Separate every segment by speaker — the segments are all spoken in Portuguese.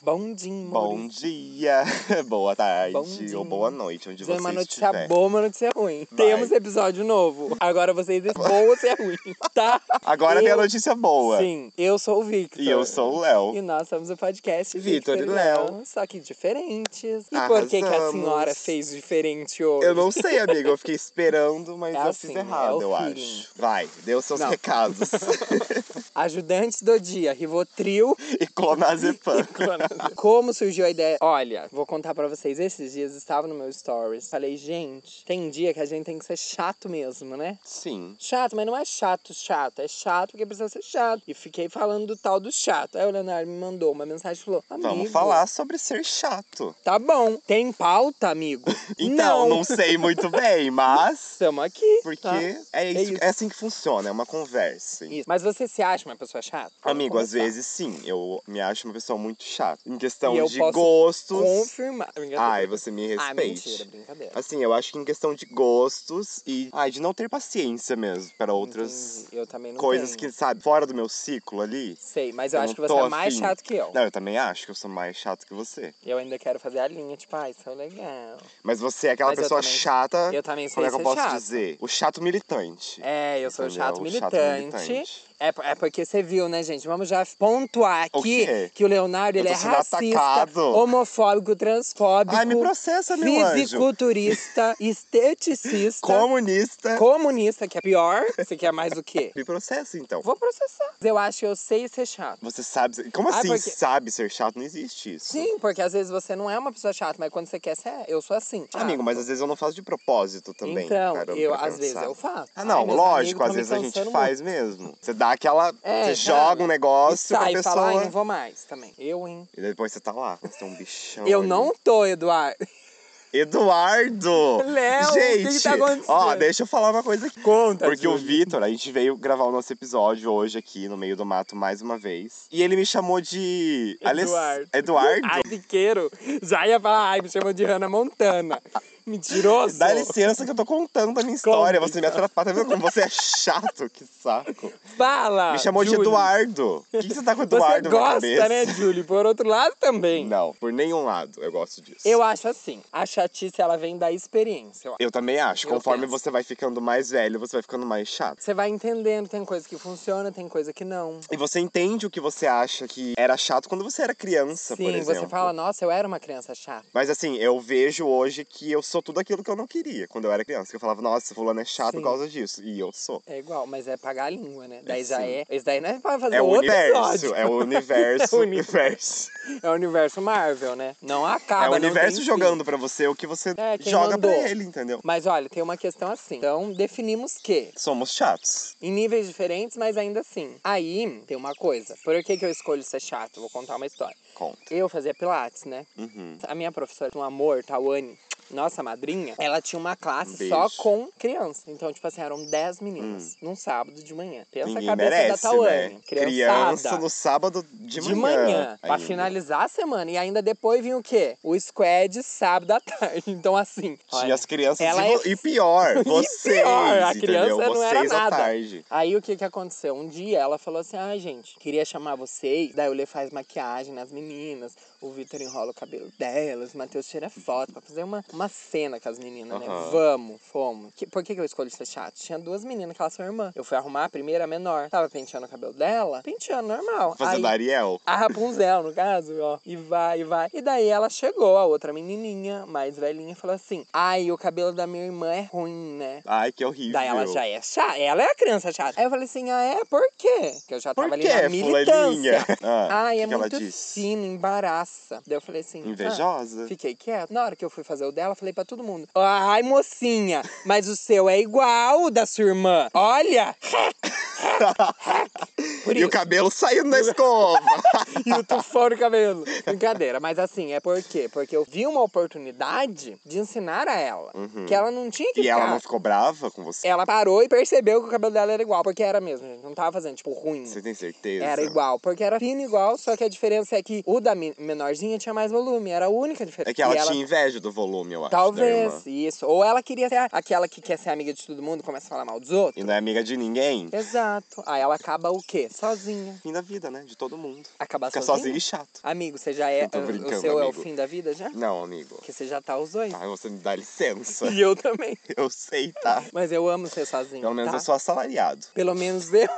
Speaker 1: Bom dia,
Speaker 2: Bom dia, boa tarde
Speaker 1: Bom dia.
Speaker 2: ou boa noite, onde
Speaker 1: Isso é
Speaker 2: você
Speaker 1: uma notícia
Speaker 2: estiver.
Speaker 1: boa, uma notícia ruim.
Speaker 2: Vai.
Speaker 1: Temos episódio novo. Agora vocês é boa ou se é ruim, tá?
Speaker 2: Agora
Speaker 1: Eu-
Speaker 2: tem a notícia boa.
Speaker 1: Sim, eu sou o Victor.
Speaker 2: E eu sou o Léo.
Speaker 1: E nós somos o podcast
Speaker 2: Victor e Léo.
Speaker 1: Só que diferentes. E por que, que a
Speaker 2: Arrasamos.
Speaker 1: senhora fez diferente hoje?
Speaker 2: Eu não sei, amigo, eu fiquei esperando, mas
Speaker 1: É
Speaker 2: eu
Speaker 1: assim,
Speaker 2: fiz
Speaker 1: é
Speaker 2: errado,
Speaker 1: o
Speaker 2: eu
Speaker 1: feeling.
Speaker 2: acho. Vai, dê os seus
Speaker 1: Não.
Speaker 2: recados.
Speaker 1: Ajudantes do dia, Rivotril.
Speaker 2: e clonazepam.
Speaker 1: Como surgiu a ideia? Olha, vou contar pra vocês. Esses dias estava no meu stories. Falei, gente, tem dia que a gente tem que ser chato mesmo, né?
Speaker 2: Sim.
Speaker 1: Chato, mas não é chato, chato. É chato porque precisa ser chato. E fiquei falando do tal do chato. Aí o Leonardo me mandou uma mensagem e falou: Amigo,
Speaker 2: Vamos falar sobre ser chato.
Speaker 1: Tá bom. Tem pauta, amigo?
Speaker 2: Então, não,
Speaker 1: não.
Speaker 2: sei muito bem, mas.
Speaker 1: Estamos aqui.
Speaker 2: Porque
Speaker 1: tá?
Speaker 2: é, isso-
Speaker 1: É isso.
Speaker 2: é assim que funciona, é uma conversa.
Speaker 1: Isso. Mas você se acha uma pessoa chata? tá? Vamos
Speaker 2: Amigo, às
Speaker 1: começar.
Speaker 2: vezes sim, eu me acho uma pessoa muito chata. Em questão
Speaker 1: E eu
Speaker 2: de
Speaker 1: posso
Speaker 2: gostos.
Speaker 1: Confirmar. Brincadeira.
Speaker 2: Ai, você me respeite.
Speaker 1: Ah, mentira, brincadeira.
Speaker 2: Assim, eu acho que em questão de gostos e ai, de não ter paciência mesmo para outras
Speaker 1: Entendi. Eu também não
Speaker 2: coisas
Speaker 1: tenho.
Speaker 2: que, sabe, fora do meu ciclo ali.
Speaker 1: Sei, mas eu,
Speaker 2: eu
Speaker 1: acho
Speaker 2: não
Speaker 1: que você
Speaker 2: tô
Speaker 1: é mais
Speaker 2: afim.
Speaker 1: chato que eu.
Speaker 2: Não, eu também acho que eu sou mais chato que você.
Speaker 1: Eu ainda quero fazer a linha, tipo, ai, sou legal.
Speaker 2: Mas você é aquela
Speaker 1: Mas eu
Speaker 2: pessoa
Speaker 1: também-
Speaker 2: chata.
Speaker 1: Eu também sei
Speaker 2: como é que eu
Speaker 1: ser
Speaker 2: posso
Speaker 1: chato.
Speaker 2: dizer? O chato militante.
Speaker 1: É, eu sou o
Speaker 2: entendeu?
Speaker 1: chato
Speaker 2: O chato
Speaker 1: militante. É, po- é porque você viu, né, gente? Vamos já pontuar
Speaker 2: O
Speaker 1: aqui
Speaker 2: quê?
Speaker 1: que o Leonardo
Speaker 2: Eu
Speaker 1: ele é
Speaker 2: tô sendo
Speaker 1: racista,
Speaker 2: atacado.
Speaker 1: homofóbico, transfóbico,
Speaker 2: Ai, me processa, meu anjo.
Speaker 1: fisiculturista, esteticista,
Speaker 2: Comunista.
Speaker 1: comunista, que é pior. Você quer mais o quê?
Speaker 2: Me processa, então.
Speaker 1: Vou processar. Eu acho que eu sei ser chato.
Speaker 2: Você sabe. ser- Como
Speaker 1: Ai,
Speaker 2: assim
Speaker 1: porque-
Speaker 2: sabe ser chato? Não existe isso.
Speaker 1: Sim, porque às vezes você não é uma pessoa chata, mas quando você quer, você é. Eu sou assim. chato.
Speaker 2: Amigo, mas às vezes eu não faço de propósito também.
Speaker 1: Então,
Speaker 2: parando
Speaker 1: eu,
Speaker 2: pra
Speaker 1: às vezes
Speaker 2: pensar.
Speaker 1: eu faço.
Speaker 2: Ah, não,
Speaker 1: Ai, meus amigos
Speaker 2: lógico, às
Speaker 1: tão me
Speaker 2: vezes a gente
Speaker 1: cansando muito.
Speaker 2: faz mesmo. Você dá aquela.
Speaker 1: É,
Speaker 2: você
Speaker 1: sabe?
Speaker 2: joga um
Speaker 1: E
Speaker 2: negócio pra
Speaker 1: sai e
Speaker 2: pessoa.
Speaker 1: fala, ai, não vou mais também. Eu, hein?
Speaker 2: E depois você tá lá. Você é um bichão.
Speaker 1: Eu
Speaker 2: ali.
Speaker 1: não tô, Eduardo.
Speaker 2: Eduardo!
Speaker 1: Léo, o que que
Speaker 2: gente,
Speaker 1: tá acontecendo?
Speaker 2: Ó, deixa eu falar uma coisa aqui.
Speaker 1: Conta.
Speaker 2: Porque o
Speaker 1: Júlio.
Speaker 2: Vitor, a gente veio gravar o nosso episódio hoje aqui no meio do mato mais uma vez. E ele me chamou de. Ales-
Speaker 1: Eduardo.
Speaker 2: Eduardo?
Speaker 1: Ai, Piqueiro. Já ia falar, ai, me chamou de Hannah Montana. Mentiroso.
Speaker 2: Dá licença que eu tô contando a minha história. Você me atrapalha. Tá vendo como você é chato? Que saco.
Speaker 1: Fala.
Speaker 2: Me chamou
Speaker 1: Ah, Júlio.
Speaker 2: de Eduardo. O que, que você tá com
Speaker 1: Você
Speaker 2: Eduardo na
Speaker 1: gosta,
Speaker 2: cabeça?
Speaker 1: né, Júlio? Por outro lado também.
Speaker 2: Não, por nenhum lado eu gosto disso.
Speaker 1: Eu acho assim, a chatice, ela vem da experiência. ó.
Speaker 2: Eu também acho.
Speaker 1: Eu
Speaker 2: Conforme
Speaker 1: penso.
Speaker 2: você vai ficando mais velho, você vai ficando mais chato.
Speaker 1: Você vai entendendo, tem coisa que funciona, tem coisa que não.
Speaker 2: E você entende o que você acha que era chato quando você era criança, por
Speaker 1: Sim,
Speaker 2: exemplo.
Speaker 1: você fala, nossa, eu era uma criança chata.
Speaker 2: Mas assim, eu vejo hoje que eu sou tudo aquilo que eu não queria quando eu era criança. Que eu falava, nossa, fulano é chato
Speaker 1: Sim.
Speaker 2: por causa disso. E eu sou.
Speaker 1: É igual, mas é pagar a língua, né? Daí
Speaker 2: É,
Speaker 1: já
Speaker 2: sim.
Speaker 1: é. Esse daí não é pra fazer
Speaker 2: É o
Speaker 1: outro
Speaker 2: universo,
Speaker 1: episódio.
Speaker 2: é o universo,
Speaker 1: É o
Speaker 2: universo.
Speaker 1: É o universo Marvel, né? Não acaba.
Speaker 2: É o
Speaker 1: não tem
Speaker 2: universo
Speaker 1: fim.
Speaker 2: jogando pra você o que você
Speaker 1: É, quem
Speaker 2: joga
Speaker 1: mandou.
Speaker 2: pra ele, entendeu?
Speaker 1: Mas olha, tem uma questão assim. Então, definimos que
Speaker 2: Somos chatos.
Speaker 1: em níveis diferentes, mas ainda assim. Aí tem uma coisa. Por que, que eu escolho ser chato? Vou contar uma história.
Speaker 2: Conta.
Speaker 1: Eu fazia pilates, né?
Speaker 2: Uhum.
Speaker 1: A minha professora, um amor, Tawane, nossa madrinha, ela tinha uma classe
Speaker 2: Um Beijo. Hum.
Speaker 1: só com criança. Então, tipo assim, eram 10 meninas num sábado de manhã. Pensa
Speaker 2: Ninguém
Speaker 1: a cabeça
Speaker 2: merece,
Speaker 1: da Tawane.
Speaker 2: né?
Speaker 1: Criançada.
Speaker 2: Criança no sábado de manhã.
Speaker 1: de manhã, pra
Speaker 2: ainda.
Speaker 1: finalizar a semana. E ainda depois vinha o quê? O squad sábado à tarde. Então, assim.
Speaker 2: Tinha
Speaker 1: olha,
Speaker 2: as crianças
Speaker 1: ela
Speaker 2: de...
Speaker 1: é-
Speaker 2: E pior,
Speaker 1: E
Speaker 2: vocês,
Speaker 1: pior, a
Speaker 2: entendeu?
Speaker 1: criança não
Speaker 2: vocês
Speaker 1: era
Speaker 2: à
Speaker 1: nada.
Speaker 2: tarde.
Speaker 1: Aí o que que aconteceu? Um dia ela falou assim: ai, gente, queria chamar vocês. Daí o Lê faz maquiagem nas meninas, o Vitor enrola o cabelo delas, o Matheus tira foto pra fazer uma, uma cena com as meninas, né?
Speaker 2: Aham.
Speaker 1: Vamos, fomos. Que- por que, que eu escolhi ser chato? Tinha duas meninas que elas são irmã. Eu fui arrumar a primeira, a menor. Tava penteando o cabelo dela, penteando normal. Aí-
Speaker 2: Fazendo Ariel.
Speaker 1: a Rapunzel, no caso, ó. E vai, e vai. E daí ela chegou, a outra menininha, mais velhinha, e falou assim: Ai, o cabelo da minha irmã é ruim, né?
Speaker 2: Ai, que horrível.
Speaker 1: Daí ela já é chata, ela é a criança chata. Aí eu falei assim: Ah, é? Por quê? Porque eu já
Speaker 2: Por
Speaker 1: tava
Speaker 2: quê,
Speaker 1: ali na militância.
Speaker 2: fulaninha? Ah,
Speaker 1: Ai,
Speaker 2: que
Speaker 1: é
Speaker 2: que ela
Speaker 1: muito
Speaker 2: disse?
Speaker 1: fino, embaraça. Daí eu falei assim: "Ah,
Speaker 2: Invejosa.
Speaker 1: Fiquei quieta. Na hora que eu fui fazer o dela, falei pra todo mundo: Ai, mocinha, mas o seu é igual o da sua irmã. Olha! Por
Speaker 2: e
Speaker 1: isso.
Speaker 2: o cabelo saindo da escova.
Speaker 1: e o tufão no cabelo. Brincadeira, mas assim, é por quê? Porque eu vi uma oportunidade de ensinar a ela que ela não tinha que
Speaker 2: Uhum. e ela
Speaker 1: ficar.
Speaker 2: não ficou brava com você?
Speaker 1: Ela parou e percebeu que o cabelo dela era igual, porque era mesmo, gente. Não tava fazendo, tipo, ruim.
Speaker 2: Você tem certeza?
Speaker 1: Era igual, porque era fino igual, só que a diferença é que o da men- menorzinha tinha mais volume, era a única diferença.
Speaker 2: É que ela,
Speaker 1: E
Speaker 2: tinha inveja do volume, eu acho. Da irmã.
Speaker 1: Talvez, isso. Ou ela queria ser a- aquela que quer ser amiga de todo mundo, começa a falar mal dos outros.
Speaker 2: E não é amiga de ninguém.
Speaker 1: Exato. Aí ela acaba o quê? Sozinha.
Speaker 2: Fim da vida, né? De todo mundo.
Speaker 1: Acabar
Speaker 2: Fica
Speaker 1: Tá sozinha.
Speaker 2: sozinho e chato.
Speaker 1: Amigo, você já é.
Speaker 2: Eu tô
Speaker 1: O
Speaker 2: brincando,
Speaker 1: seu é o
Speaker 2: amigo.
Speaker 1: fim da vida já?
Speaker 2: Não, Tá, amigo.
Speaker 1: Porque você já tá os dois.
Speaker 2: Ai, você me dá licença.
Speaker 1: E eu também.
Speaker 2: Eu sei, tá?
Speaker 1: Mas eu amo ser sozinho.
Speaker 2: Pelo menos
Speaker 1: tá?
Speaker 2: eu sou assalariado.
Speaker 1: Pelo menos eu.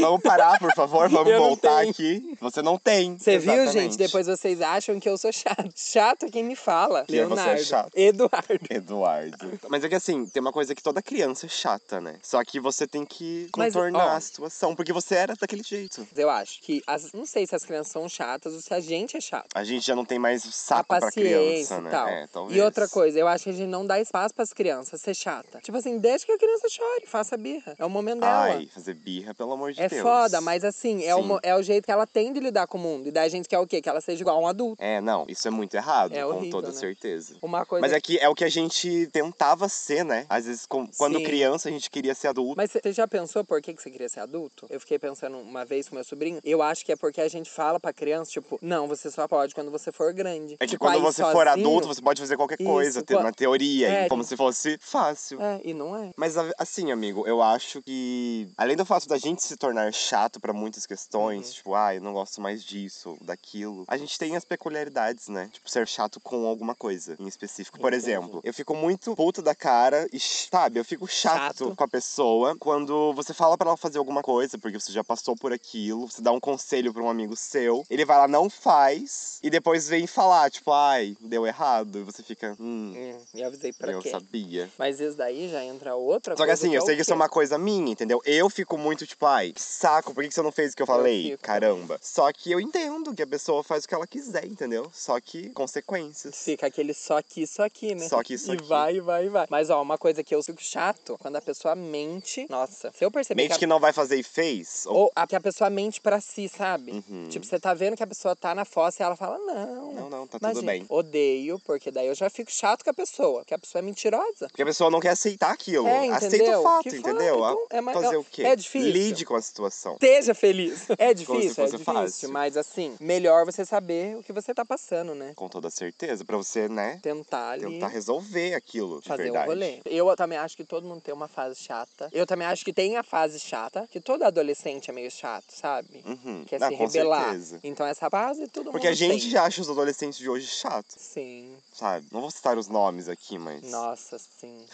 Speaker 2: Vamos parar, por favor. Vamos
Speaker 1: Eu não
Speaker 2: voltar
Speaker 1: tenho.
Speaker 2: aqui. Você não tem.
Speaker 1: Você viu,
Speaker 2: Exatamente.
Speaker 1: gente? Depois vocês acham que eu sou chato. Chato é quem me fala.
Speaker 2: Que você é
Speaker 1: Leonardo.
Speaker 2: chato.
Speaker 1: Eduardo.
Speaker 2: Eduardo. Mas é que assim, tem uma coisa que toda criança é chata, né? Só que você tem que
Speaker 1: Mas,
Speaker 2: contornar
Speaker 1: ó.
Speaker 2: a situação, porque você era daquele jeito.
Speaker 1: Eu acho que. As, não sei se as crianças são chatas ou se a gente é chato.
Speaker 2: A gente já não tem mais
Speaker 1: A
Speaker 2: saco pra
Speaker 1: paciência
Speaker 2: criança,
Speaker 1: e
Speaker 2: né?
Speaker 1: tal.
Speaker 2: É, talvez.
Speaker 1: e outra coisa, eu acho que a gente não dá espaço pras crianças ser chata. Tipo assim, deixa que a criança chore, faça birra. É o momento dela.
Speaker 2: Ai, fazer birra, pelo amor de
Speaker 1: É
Speaker 2: Deus.
Speaker 1: foda, mas assim, é o,
Speaker 2: Sim.
Speaker 1: mo- é o jeito que ela tem de lidar com o mundo. E daí a gente quer o quê? Que ela seja igual a um adulto.
Speaker 2: É, não, isso é muito errado,
Speaker 1: É
Speaker 2: com
Speaker 1: horrível,
Speaker 2: toda
Speaker 1: né?
Speaker 2: certeza.
Speaker 1: Uma coisa.
Speaker 2: Mas é que é o que a gente tentava ser, né? Às vezes, com- quando
Speaker 1: Sim.
Speaker 2: criança, a gente queria ser adulto.
Speaker 1: Mas você já pensou por que, que você queria ser adulto? Eu fiquei pensando uma vez com meu sobrinho. Eu acho que é porque a gente fala pra criança, tipo, não, você só pode quando você for grande.
Speaker 2: É que
Speaker 1: Tipo,
Speaker 2: quando
Speaker 1: aí
Speaker 2: você for
Speaker 1: sozinho-
Speaker 2: adulto, você pode fazer qualquer
Speaker 1: Isso,
Speaker 2: coisa, ter
Speaker 1: qua-
Speaker 2: uma teoria,
Speaker 1: É,
Speaker 2: e como se fosse fácil.
Speaker 1: É, e não é.
Speaker 2: Mas a- assim, amigo, eu acho que além do fato da gente se tornar chato pra muitas questões,
Speaker 1: Uhum.
Speaker 2: tipo, ah, eu não gosto mais disso, daquilo, a gente tem as peculiaridades, né? Tipo, ser chato com alguma coisa em específico. Por
Speaker 1: Entendi.
Speaker 2: exemplo, eu fico muito puto da cara e, sabe, eu fico chato,
Speaker 1: Chato.
Speaker 2: com a pessoa quando você fala pra ela fazer alguma coisa, porque você já passou por aquilo, você dá um conselho pra um amigo seu, ele vai lá, não faz, e depois vem falar, tipo, ai, deu errado, e você fica, hum,
Speaker 1: Hum, eu avisei pra
Speaker 2: eu
Speaker 1: quê?
Speaker 2: sabia.
Speaker 1: Mas isso daí já entra outra
Speaker 2: Só que
Speaker 1: coisa.
Speaker 2: assim, eu
Speaker 1: é
Speaker 2: sei
Speaker 1: o
Speaker 2: que isso é
Speaker 1: quê?
Speaker 2: uma coisa minha, entendeu? Eu fico muito tipo, ai, que saco, por que que você não fez o que eu falei?
Speaker 1: fico.
Speaker 2: Caramba. Só que eu entendo que a pessoa faz o que ela quiser, entendeu? Só que consequências.
Speaker 1: Fica aquele só aqui, só aqui, né?
Speaker 2: Só aqui, só
Speaker 1: e
Speaker 2: aqui.
Speaker 1: vai, e vai, e vai. Mas ó, uma coisa que eu fico chato, quando a pessoa mente. Nossa, se eu perceber
Speaker 2: Mente
Speaker 1: que,
Speaker 2: que
Speaker 1: a,
Speaker 2: não vai fazer e fez. Ou...
Speaker 1: ou a, que a pessoa mente pra si, sabe?
Speaker 2: Uhum.
Speaker 1: Tipo, você tá vendo que a pessoa tá na fossa e ela fala, não.
Speaker 2: Não, não, tá tudo
Speaker 1: Imagina,
Speaker 2: bem.
Speaker 1: Odeio, porque daí eu já fico chato com a pessoa, que a pessoa é mentirosa.
Speaker 2: Porque a pessoa não quer aceitar aquilo.
Speaker 1: É,
Speaker 2: Aceita
Speaker 1: entendeu?
Speaker 2: o fato,
Speaker 1: Que fato,
Speaker 2: entendeu? Ah,
Speaker 1: então, é mais-
Speaker 2: fazer
Speaker 1: é-
Speaker 2: o quê?
Speaker 1: é difícil.
Speaker 2: Lide com a situação.
Speaker 1: Seja feliz. É
Speaker 2: Como se
Speaker 1: difícil, é
Speaker 2: fosse
Speaker 1: difícil,
Speaker 2: fácil.
Speaker 1: mas assim, melhor você saber o que você tá passando, né?
Speaker 2: Com toda certeza, pra você, né?
Speaker 1: Tentar ali
Speaker 2: Tentar resolver aquilo de
Speaker 1: fazer
Speaker 2: verdade.
Speaker 1: um rolê. Eu também acho que todo mundo tem uma fase chata. Eu também acho que tem a fase chata, que todo adolescente é meio chato, sabe?
Speaker 2: Uhum.
Speaker 1: Quer
Speaker 2: Ah,
Speaker 1: se
Speaker 2: com
Speaker 1: rebelar.
Speaker 2: certeza.
Speaker 1: Então essa fase todo
Speaker 2: Porque a
Speaker 1: mundo
Speaker 2: gente
Speaker 1: tem.
Speaker 2: já acha os adolescentes de hoje chato.
Speaker 1: Sim.
Speaker 2: sabe? Não vou citar os nomes aqui, mas.
Speaker 1: Nossa, sim.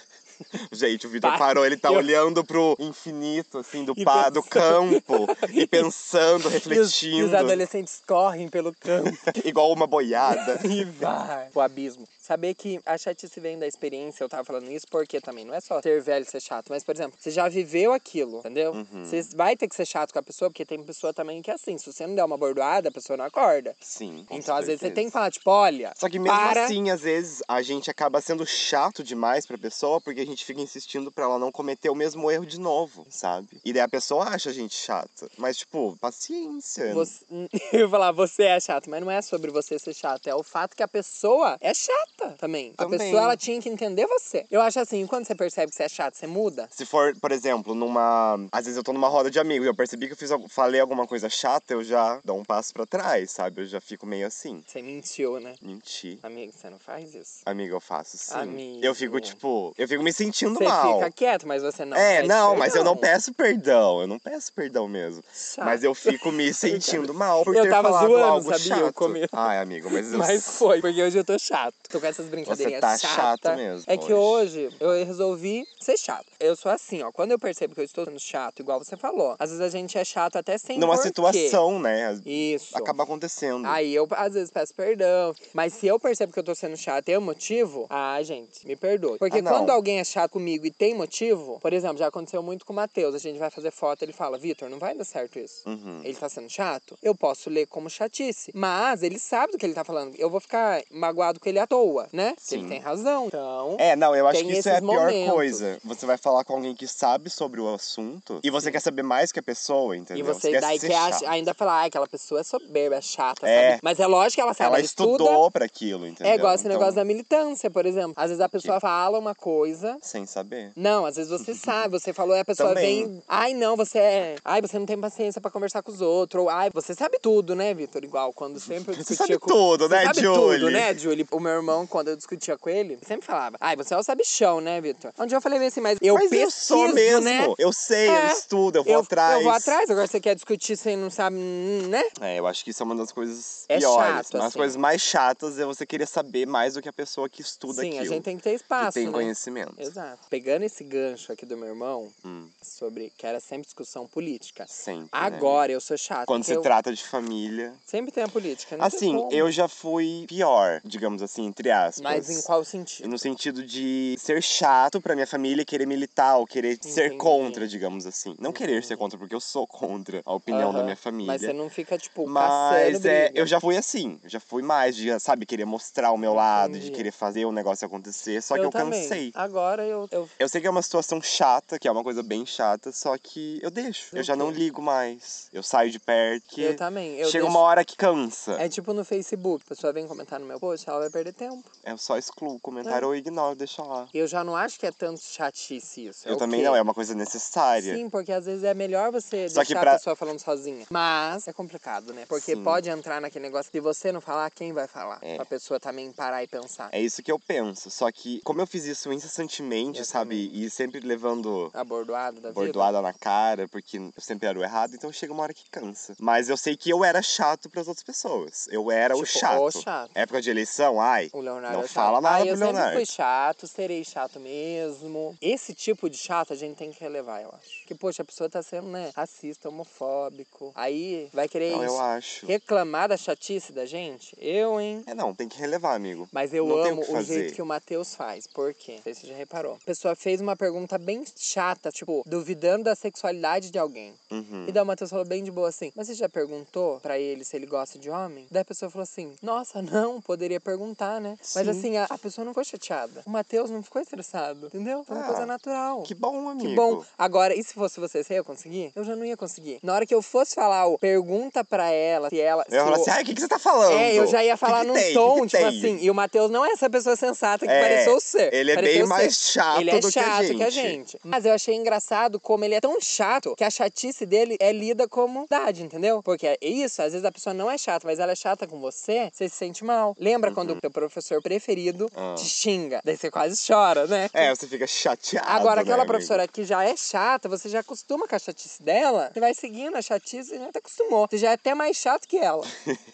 Speaker 2: Gente, o Vitor
Speaker 1: Pá,
Speaker 2: parou, ele tá
Speaker 1: eu-
Speaker 2: olhando pro infinito, assim, do
Speaker 1: E
Speaker 2: pá, do
Speaker 1: pensando.
Speaker 2: campo, e pensando,
Speaker 1: E os, e os
Speaker 2: refletindo,
Speaker 1: adolescentes correm pelo campo.
Speaker 2: igual uma boiada.
Speaker 1: E vai. O abismo. Saber que a chatice vem da experiência, eu tava falando isso porque também não é só ser velho e ser chato, mas, por exemplo, você já viveu aquilo, entendeu?
Speaker 2: Uhum.
Speaker 1: Você vai ter que ser chato com a pessoa, porque tem pessoa também que é assim, se você não der uma bordoada, a pessoa não acorda.
Speaker 2: Sim. com
Speaker 1: Então, às vezes, você
Speaker 2: certeza.
Speaker 1: tem que falar, tipo, olha,
Speaker 2: Só que mesmo
Speaker 1: para.
Speaker 2: assim, às vezes, a gente acaba sendo chato demais pra pessoa porque a gente fica insistindo pra ela não cometer o mesmo erro de novo, sabe? E daí a pessoa acha a gente chata. Mas, tipo, paciência.
Speaker 1: Você... Eu ia falar, você é chato, mas não é sobre você ser chato, é o fato que a pessoa é chata também.
Speaker 2: Também.
Speaker 1: A pessoa, ela tinha que entender você. Eu acho assim, quando você percebe que você é chato, você muda.
Speaker 2: Se for, por exemplo, numa. Às vezes eu tô numa roda de amigos e eu percebi que eu fiz, al- falei alguma coisa chata, eu já dou um passo pra trás, sabe? Eu já fico meio assim.
Speaker 1: Você mentiu, né?
Speaker 2: Menti.
Speaker 1: Amigo, você não faz isso.
Speaker 2: Amiga, eu faço sim.
Speaker 1: Amigo.
Speaker 2: Eu fico, tipo. Eu fico me sentindo
Speaker 1: Você
Speaker 2: mal.
Speaker 1: fica quieto, mas você não
Speaker 2: é,
Speaker 1: pede
Speaker 2: não, mas eu não
Speaker 1: perdão.
Speaker 2: peço perdão. Eu não peço perdão mesmo.
Speaker 1: Chato.
Speaker 2: Mas eu fico me sentindo mal por
Speaker 1: Eu
Speaker 2: ter
Speaker 1: tava
Speaker 2: falado
Speaker 1: zoando,
Speaker 2: algo
Speaker 1: sabia? Eu
Speaker 2: chato.
Speaker 1: comi-
Speaker 2: Ai, amigo, mas eu.
Speaker 1: Mas foi, porque hoje eu tô chato. Tô com essas brincadeirinhas
Speaker 2: tá
Speaker 1: chata.
Speaker 2: chato mesmo
Speaker 1: É que
Speaker 2: hoje.
Speaker 1: hoje eu resolvi ser chato. Eu sou assim, ó. Quando eu percebo que eu estou sendo chato, igual você falou, às vezes a gente é chato até sem
Speaker 2: Numa
Speaker 1: porquê.
Speaker 2: situação, né?
Speaker 1: Isso.
Speaker 2: Acaba acontecendo.
Speaker 1: Aí eu, às vezes, peço perdão. Mas se eu percebo que eu tô sendo chato e tem um motivo, ah, gente, me perdoe. Porque
Speaker 2: Ah, não.
Speaker 1: quando alguém é chato comigo e tem motivo, por exemplo, já aconteceu muito com o Matheus. A gente vai fazer foto, ele fala, Vitor, não vai dar certo isso.
Speaker 2: Uhum.
Speaker 1: Ele tá sendo chato? Eu posso ler como chatice. Mas ele sabe do que ele tá falando. Eu vou ficar magoado com ele à toa, né? Porque
Speaker 2: Sim.
Speaker 1: ele tem razão. Então.
Speaker 2: É, não, eu acho
Speaker 1: Tem
Speaker 2: que isso é a
Speaker 1: esses
Speaker 2: pior
Speaker 1: momentos.
Speaker 2: coisa. Você vai falar falar com alguém que sabe sobre o assunto e você quer saber mais que a pessoa, entendeu?
Speaker 1: E você
Speaker 2: quer
Speaker 1: daí
Speaker 2: ser
Speaker 1: quer
Speaker 2: chato.
Speaker 1: ach- ainda falar, ah, aquela pessoa é soberba, é chata,
Speaker 2: É.
Speaker 1: sabe? Mas é lógico que ela sabe,
Speaker 2: Ela
Speaker 1: estuda.
Speaker 2: estudou pra aquilo, entendeu?
Speaker 1: É igual esse
Speaker 2: Então,
Speaker 1: negócio da militância, por exemplo. Às vezes a pessoa fala uma coisa.
Speaker 2: Sem saber.
Speaker 1: Não, às vezes você sabe, você falou e a pessoa
Speaker 2: Uhum. Também.
Speaker 1: vem. Ai, não, você é. Ai, você não tem paciência pra conversar com os outros. Ou ai, você sabe tudo, né, Vitor? Igual quando sempre eu
Speaker 2: Uhum. Você
Speaker 1: discutia
Speaker 2: sabe
Speaker 1: com.
Speaker 2: tudo,
Speaker 1: Você
Speaker 2: né,
Speaker 1: sabe tudo,
Speaker 2: Julie?
Speaker 1: né, Julie? O meu irmão, quando eu discutia com ele, sempre falava: Ai, você é o sabichão, né, Vitor? Um dia eu falei assim, mas eu
Speaker 2: Mas
Speaker 1: pesquiso,
Speaker 2: eu sou mesmo.
Speaker 1: né?
Speaker 2: Eu sei,
Speaker 1: É.
Speaker 2: eu estudo, eu vou atrás.
Speaker 1: Eu vou atrás, agora você quer discutir, você não sabe, hum, né?
Speaker 2: É, eu acho que isso é uma das coisas
Speaker 1: É
Speaker 2: piores.
Speaker 1: chato,
Speaker 2: uma das
Speaker 1: assim.
Speaker 2: coisas mais chatas é você querer saber mais do que a pessoa que estuda
Speaker 1: Sim,
Speaker 2: aquilo.
Speaker 1: a gente tem que ter
Speaker 2: que
Speaker 1: espaço,
Speaker 2: tem
Speaker 1: né?
Speaker 2: conhecimento.
Speaker 1: Exato. Pegando esse gancho aqui do meu irmão,
Speaker 2: Hum.
Speaker 1: sobre que era sempre discussão política.
Speaker 2: Sempre. né?
Speaker 1: Agora eu sou chata.
Speaker 2: Quando
Speaker 1: porque
Speaker 2: se
Speaker 1: eu
Speaker 2: trata de família.
Speaker 1: Sempre tem a política, não tem
Speaker 2: Assim,
Speaker 1: como.
Speaker 2: eu já fui pior, digamos assim, entre aspas.
Speaker 1: Mas em qual sentido?
Speaker 2: No sentido de ser chato pra minha família e querer militar, ou querer ser
Speaker 1: Entendi.
Speaker 2: contra, digamos assim. Não querer ser contra, porque eu sou contra a opinião da
Speaker 1: Aham.
Speaker 2: minha família.
Speaker 1: Mas você não fica, tipo,
Speaker 2: Mas
Speaker 1: caçando
Speaker 2: é,
Speaker 1: briga.
Speaker 2: eu já fui assim, eu já fui mais de, sabe, querer mostrar o meu lado, de
Speaker 1: Entendi.
Speaker 2: querer fazer o negócio acontecer, só que eu,
Speaker 1: eu também.
Speaker 2: cansei.
Speaker 1: Agora eu, eu
Speaker 2: Eu sei que é uma situação chata, que é uma coisa bem chata, só que eu deixo. Eu já não
Speaker 1: Ok.
Speaker 2: ligo mais. Eu saio de perto. que
Speaker 1: Eu também, eu
Speaker 2: Chega
Speaker 1: deixo-
Speaker 2: uma hora que cansa.
Speaker 1: É tipo no Facebook, a pessoa vem comentar no meu post, ela vai perder tempo.
Speaker 2: Eu só excluo o
Speaker 1: É.
Speaker 2: comentário ou ignoro, deixa lá.
Speaker 1: E eu já não acho que é tanto chatice isso. é
Speaker 2: Eu
Speaker 1: o
Speaker 2: também
Speaker 1: quê?
Speaker 2: não, é uma coisa necessária.
Speaker 1: Sim, porque às vezes é melhor você
Speaker 2: Só que
Speaker 1: deixar
Speaker 2: pra-
Speaker 1: a pessoa falando sozinha. Mas é complicado, né? Porque
Speaker 2: Sim.
Speaker 1: pode entrar naquele negócio de você não falar, quem vai falar?
Speaker 2: É.
Speaker 1: Pra pessoa também parar e pensar.
Speaker 2: É isso que eu penso. Só que, como eu fiz isso incessantemente,
Speaker 1: Eu
Speaker 2: sabe? E sempre levando
Speaker 1: Abordoado da vida.
Speaker 2: bordoada na cara, porque eu sempre era o errado, então chega uma hora que cansa. Mas eu sei que eu era chato pras outras pessoas. Eu era é o
Speaker 1: Tipo,
Speaker 2: chato.
Speaker 1: o chato.
Speaker 2: Época de eleição, ai.
Speaker 1: O Leonardo
Speaker 2: não
Speaker 1: é chato.
Speaker 2: fala nada
Speaker 1: Ah,
Speaker 2: pro
Speaker 1: eu sempre
Speaker 2: Leonardo.
Speaker 1: fui chato, serei chato mesmo. Esse tipo de chato a gente tem que relevar, eu acho. Que, poxa, a pessoa tá sendo, né, racista, homofóbico. Aí vai querer
Speaker 2: Não, Então eu
Speaker 1: isso.
Speaker 2: acho.
Speaker 1: reclamar da chatice da gente? Eu, hein?
Speaker 2: É não, tem que relevar, amigo.
Speaker 1: Mas eu
Speaker 2: Não tem
Speaker 1: amo
Speaker 2: o que
Speaker 1: o,
Speaker 2: fazer.
Speaker 1: jeito que o Matheus faz. Por quê? Não sei se você já reparou. A pessoa fez uma pergunta bem chata, tipo, duvidando da sexualidade de alguém.
Speaker 2: Uhum.
Speaker 1: E daí o Matheus falou bem de boa assim: Mas você já perguntou pra ele se ele gosta de homem? Daí a pessoa falou assim: Nossa, não, poderia perguntar, né? Mas
Speaker 2: Sim.
Speaker 1: assim, a, a pessoa não ficou chateada. O Matheus não ficou estressado, entendeu? Foi uma
Speaker 2: Ah,
Speaker 1: coisa natural.
Speaker 2: Que bom, amigo.
Speaker 1: Que bom. Agora, e se fosse você, você ia conseguir? Eu já não ia conseguir. Na hora que eu fosse falar, o pergunta pra ela se ela. se
Speaker 2: Eu ia falar
Speaker 1: o-
Speaker 2: assim, ai, o que, que você tá falando?
Speaker 1: é, eu já
Speaker 2: O
Speaker 1: ia
Speaker 2: que
Speaker 1: falar
Speaker 2: que
Speaker 1: num
Speaker 2: tem? O que
Speaker 1: tom,
Speaker 2: que
Speaker 1: tipo
Speaker 2: tem?
Speaker 1: assim. E o Matheus não é essa pessoa sensata que
Speaker 2: É,
Speaker 1: pareceu ser.
Speaker 2: ele é
Speaker 1: pareceu
Speaker 2: bem
Speaker 1: ser.
Speaker 2: mais chato
Speaker 1: Ele é
Speaker 2: do que a
Speaker 1: chato que a
Speaker 2: gente.
Speaker 1: gente. Mas eu achei engraçado como ele é tão chato que a chatice dele é lida como dade, entendeu? Porque é isso, às vezes a pessoa não é chata, mas ela é chata com você, você se sente mal. Lembra quando o teu professor preferido
Speaker 2: Uhum. Ah.
Speaker 1: te xinga? Daí você quase chora, né?
Speaker 2: É, você fica chateado.
Speaker 1: Agora,
Speaker 2: né,
Speaker 1: aquela
Speaker 2: amigo?
Speaker 1: professora que já é chata, você já acostuma com a chatice dela, você vai seguindo a chatice e já te acostumou. Você já é até mais chato que ela,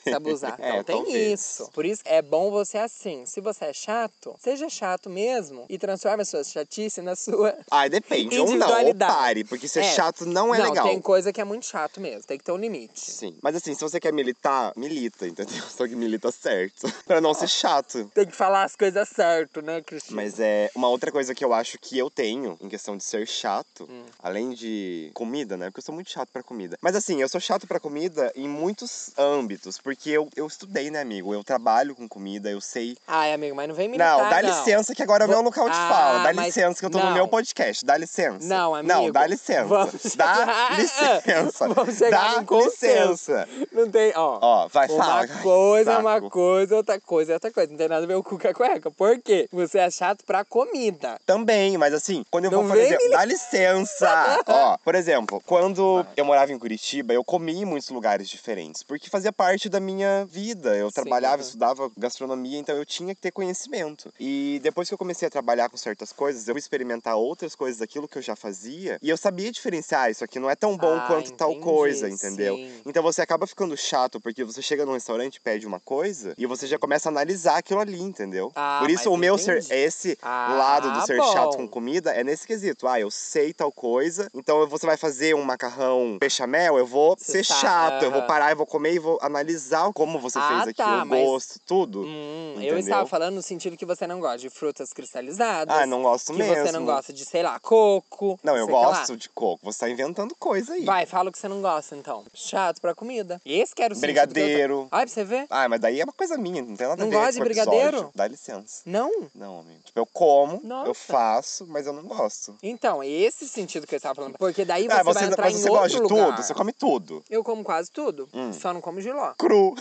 Speaker 1: se abusar.
Speaker 2: É,
Speaker 1: então tem
Speaker 2: talvez.
Speaker 1: isso. Por isso é bom você assim. Se você é chato, seja chato mesmo e transforme a sua chatice na sua.
Speaker 2: Ai, depende. Ou não, ou
Speaker 1: Individualidade.
Speaker 2: pare, porque ser
Speaker 1: É.
Speaker 2: chato não é
Speaker 1: não,
Speaker 2: legal.
Speaker 1: tem coisa que é muito chato mesmo, tem que ter um limite.
Speaker 2: Sim. Mas assim, se você quer militar, milita, entendeu? Só que milita certo. pra não ser chato.
Speaker 1: Tem que falar as coisas certo, né, Cristina?
Speaker 2: Mas é uma outra coisa que eu acho que eu tenho em questão de ser chato,
Speaker 1: Hum.
Speaker 2: além de comida, né? Porque eu sou muito chato pra comida. Mas assim, eu sou chato pra comida em muitos âmbitos, porque eu, eu estudei, né, amigo? Eu trabalho com comida, eu sei.
Speaker 1: Ai, amigo, mas não vem me
Speaker 2: Não,
Speaker 1: imitar,
Speaker 2: dá licença que agora é o
Speaker 1: Vou-
Speaker 2: meu local de
Speaker 1: Ah,
Speaker 2: fala. Dá
Speaker 1: mas-
Speaker 2: licença que eu tô no
Speaker 1: não.
Speaker 2: meu podcast. Dá licença.
Speaker 1: Não, amigo.
Speaker 2: Não, dá licença.
Speaker 1: Vamos
Speaker 2: Dá
Speaker 1: chegar-
Speaker 2: licença.
Speaker 1: Vamos chegar
Speaker 2: dá
Speaker 1: num consenso.
Speaker 2: licença.
Speaker 1: Não tem, ó.
Speaker 2: Ó, vai,
Speaker 1: Uma
Speaker 2: falar.
Speaker 1: coisa, é uma
Speaker 2: Saco.
Speaker 1: coisa, outra coisa, é outra coisa. Não tem nada a ver o cu com a cueca. Por quê? Você é chato pra comida.
Speaker 2: Também, mas assim, quando eu
Speaker 1: Não
Speaker 2: vou, por
Speaker 1: vem
Speaker 2: exemplo.
Speaker 1: me
Speaker 2: Dá licença! Ó, por exemplo, quando eu morava em Curitiba, eu comia em muitos lugares diferentes, porque fazia parte da minha vida. Eu trabalhava,
Speaker 1: aham.
Speaker 2: estudava gastronomia, então eu tinha que ter conhecimento. E depois que eu comecei a trabalhar com certas coisas, eu fui experimentar outras coisas daquilo que eu já fazia, e eu sabia diferenciar ah, isso aqui, não é tão bom
Speaker 1: Ah,
Speaker 2: quanto tal
Speaker 1: entendi,
Speaker 2: coisa, entendeu?
Speaker 1: sim.
Speaker 2: Então você acaba ficando chato, porque você chega num restaurante, pede uma coisa, e você já começa a analisar aquilo ali, entendeu?
Speaker 1: Ah,
Speaker 2: por isso
Speaker 1: mas
Speaker 2: o meu ser,
Speaker 1: entendi.
Speaker 2: é esse
Speaker 1: Ah,
Speaker 2: lado do ser chato com
Speaker 1: bom.
Speaker 2: comida é nesse quesito. Ah, eu sei tal coisa, então você vai fazer um macarrão bechamel, eu vou
Speaker 1: Você
Speaker 2: ser
Speaker 1: tá-
Speaker 2: chato, eu vou
Speaker 1: aham.
Speaker 2: parar, eu vou comer e vou analisar como você
Speaker 1: Ah,
Speaker 2: fez aqui,
Speaker 1: tá,
Speaker 2: o
Speaker 1: mas-
Speaker 2: gosto, tudo.
Speaker 1: Hum, eu
Speaker 2: entendeu?
Speaker 1: estava falando no sentido que você não gosta de frutas cristalizadas.
Speaker 2: Ah, não gosto
Speaker 1: que
Speaker 2: mesmo.
Speaker 1: você não gosta de, sei lá, coco.
Speaker 2: Não, eu
Speaker 1: sei que lá.
Speaker 2: gosto de coco. Você tá inventando coisa aí.
Speaker 1: Vai, fala o que você não gosta, então. Chato pra comida. Esse que era o sentido que eu tô-
Speaker 2: Brigadeiro.
Speaker 1: Ai, pra você ver?
Speaker 2: Ah, mas daí é uma coisa minha, não tem nada
Speaker 1: Não
Speaker 2: a ver
Speaker 1: gosta
Speaker 2: com
Speaker 1: de
Speaker 2: o episódio.
Speaker 1: brigadeiro?
Speaker 2: Dá licença.
Speaker 1: Não.
Speaker 2: Não, amigo. Tipo, eu como, eu
Speaker 1: Nossa.
Speaker 2: faço, mas eu não não gosto.
Speaker 1: Então, esse sentido que eu estava falando. Porque daí você,
Speaker 2: ah, você,
Speaker 1: vai entrar
Speaker 2: mas
Speaker 1: em
Speaker 2: você
Speaker 1: outro
Speaker 2: gosta de
Speaker 1: lugar.
Speaker 2: tudo? Você Hum. come tudo.
Speaker 1: Eu como quase tudo. Só não como giló.
Speaker 2: Cru.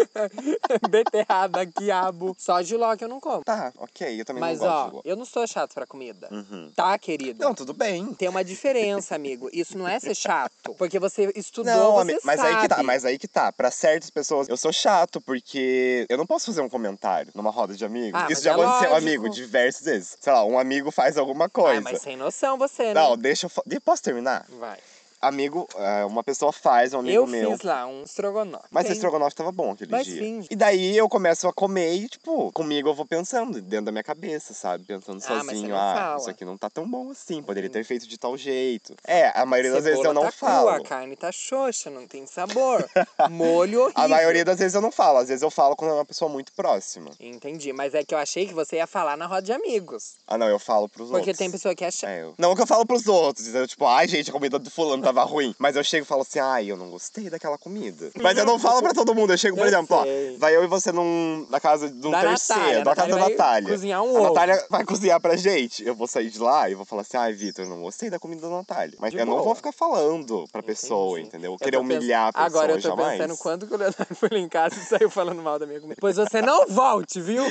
Speaker 1: Beterraba, quiabo. Só giló que eu não como.
Speaker 2: Tá, ok. Eu também
Speaker 1: Mas,
Speaker 2: não gosto.
Speaker 1: ó,
Speaker 2: de-
Speaker 1: eu não sou chato pra comida.
Speaker 2: Uhum.
Speaker 1: Tá, querido?
Speaker 2: Não, tudo bem.
Speaker 1: Tem uma diferença, amigo. Isso não é ser chato. Porque você estudou,
Speaker 2: Não,
Speaker 1: você
Speaker 2: ami- mas
Speaker 1: sabe.
Speaker 2: aí que tá, mas aí que tá. Pra certas pessoas, eu sou chato, porque eu não posso fazer um comentário numa roda de amigos.
Speaker 1: Ah, mas
Speaker 2: Isso já
Speaker 1: é
Speaker 2: aconteceu,
Speaker 1: lógico.
Speaker 2: amigo, diversas vezes. Sei lá, um amigo faz alguma coisa.
Speaker 1: Ah, mas sem noção você, né?
Speaker 2: Não, deixa eu. fa- Ih, Posso terminar?
Speaker 1: Vai.
Speaker 2: Amigo, é, uma pessoa faz, um amigo
Speaker 1: eu
Speaker 2: meu.
Speaker 1: fiz lá um estrogonofe.
Speaker 2: Mas
Speaker 1: Tem-
Speaker 2: o estrogonofe tava bom aquele
Speaker 1: Mas
Speaker 2: dia.
Speaker 1: sim.
Speaker 2: E daí eu começo a comer e, tipo, comigo eu vou pensando, dentro da minha cabeça, sabe? Pensando
Speaker 1: Ah, mas você
Speaker 2: sozinho,
Speaker 1: não
Speaker 2: ah,
Speaker 1: fala."
Speaker 2: isso aqui não tá tão bom assim, poderia ter feito de tal jeito. É, a maioria das
Speaker 1: Cebola
Speaker 2: vezes eu não
Speaker 1: tá
Speaker 2: falo.
Speaker 1: Crua, a carne tá xoxa, não tem sabor. Molho horrível.
Speaker 2: A maioria das vezes eu não falo, às vezes eu falo quando é uma pessoa muito próxima.
Speaker 1: Entendi, mas é que eu achei que você ia falar na roda de amigos.
Speaker 2: Ah, não, eu falo pros
Speaker 1: Porque
Speaker 2: outros.
Speaker 1: tem pessoa que é chata.
Speaker 2: É, eu... Não que eu falo pros outros, eu, tipo, ai gente, a comida do fulano tava ruim. Mas eu chego e falo assim, ai, eu não gostei daquela comida. Mas eu não falo pra todo mundo, eu chego, por
Speaker 1: Eu
Speaker 2: exemplo,
Speaker 1: sei.
Speaker 2: ó, vai eu e você num, na casa de um
Speaker 1: Da
Speaker 2: terceiro,
Speaker 1: Natália, a
Speaker 2: da casa
Speaker 1: Natália
Speaker 2: da
Speaker 1: vai
Speaker 2: Natália.
Speaker 1: cozinhar um
Speaker 2: a
Speaker 1: ovo.
Speaker 2: Natália vai cozinhar pra gente. Eu vou sair de lá e vou falar assim, ai, Vitor, eu não gostei da comida da Natália. Mas
Speaker 1: De
Speaker 2: eu não
Speaker 1: boa.
Speaker 2: vou ficar falando pra pessoa,
Speaker 1: Entendi.
Speaker 2: entendeu?
Speaker 1: Eu
Speaker 2: Querer
Speaker 1: tô pens-
Speaker 2: humilhar a pessoa
Speaker 1: Agora eu tô
Speaker 2: jamais.
Speaker 1: pensando quando que o Leonardo foi lá em casa e saiu falando mal da minha comida. Pois você não volte, viu?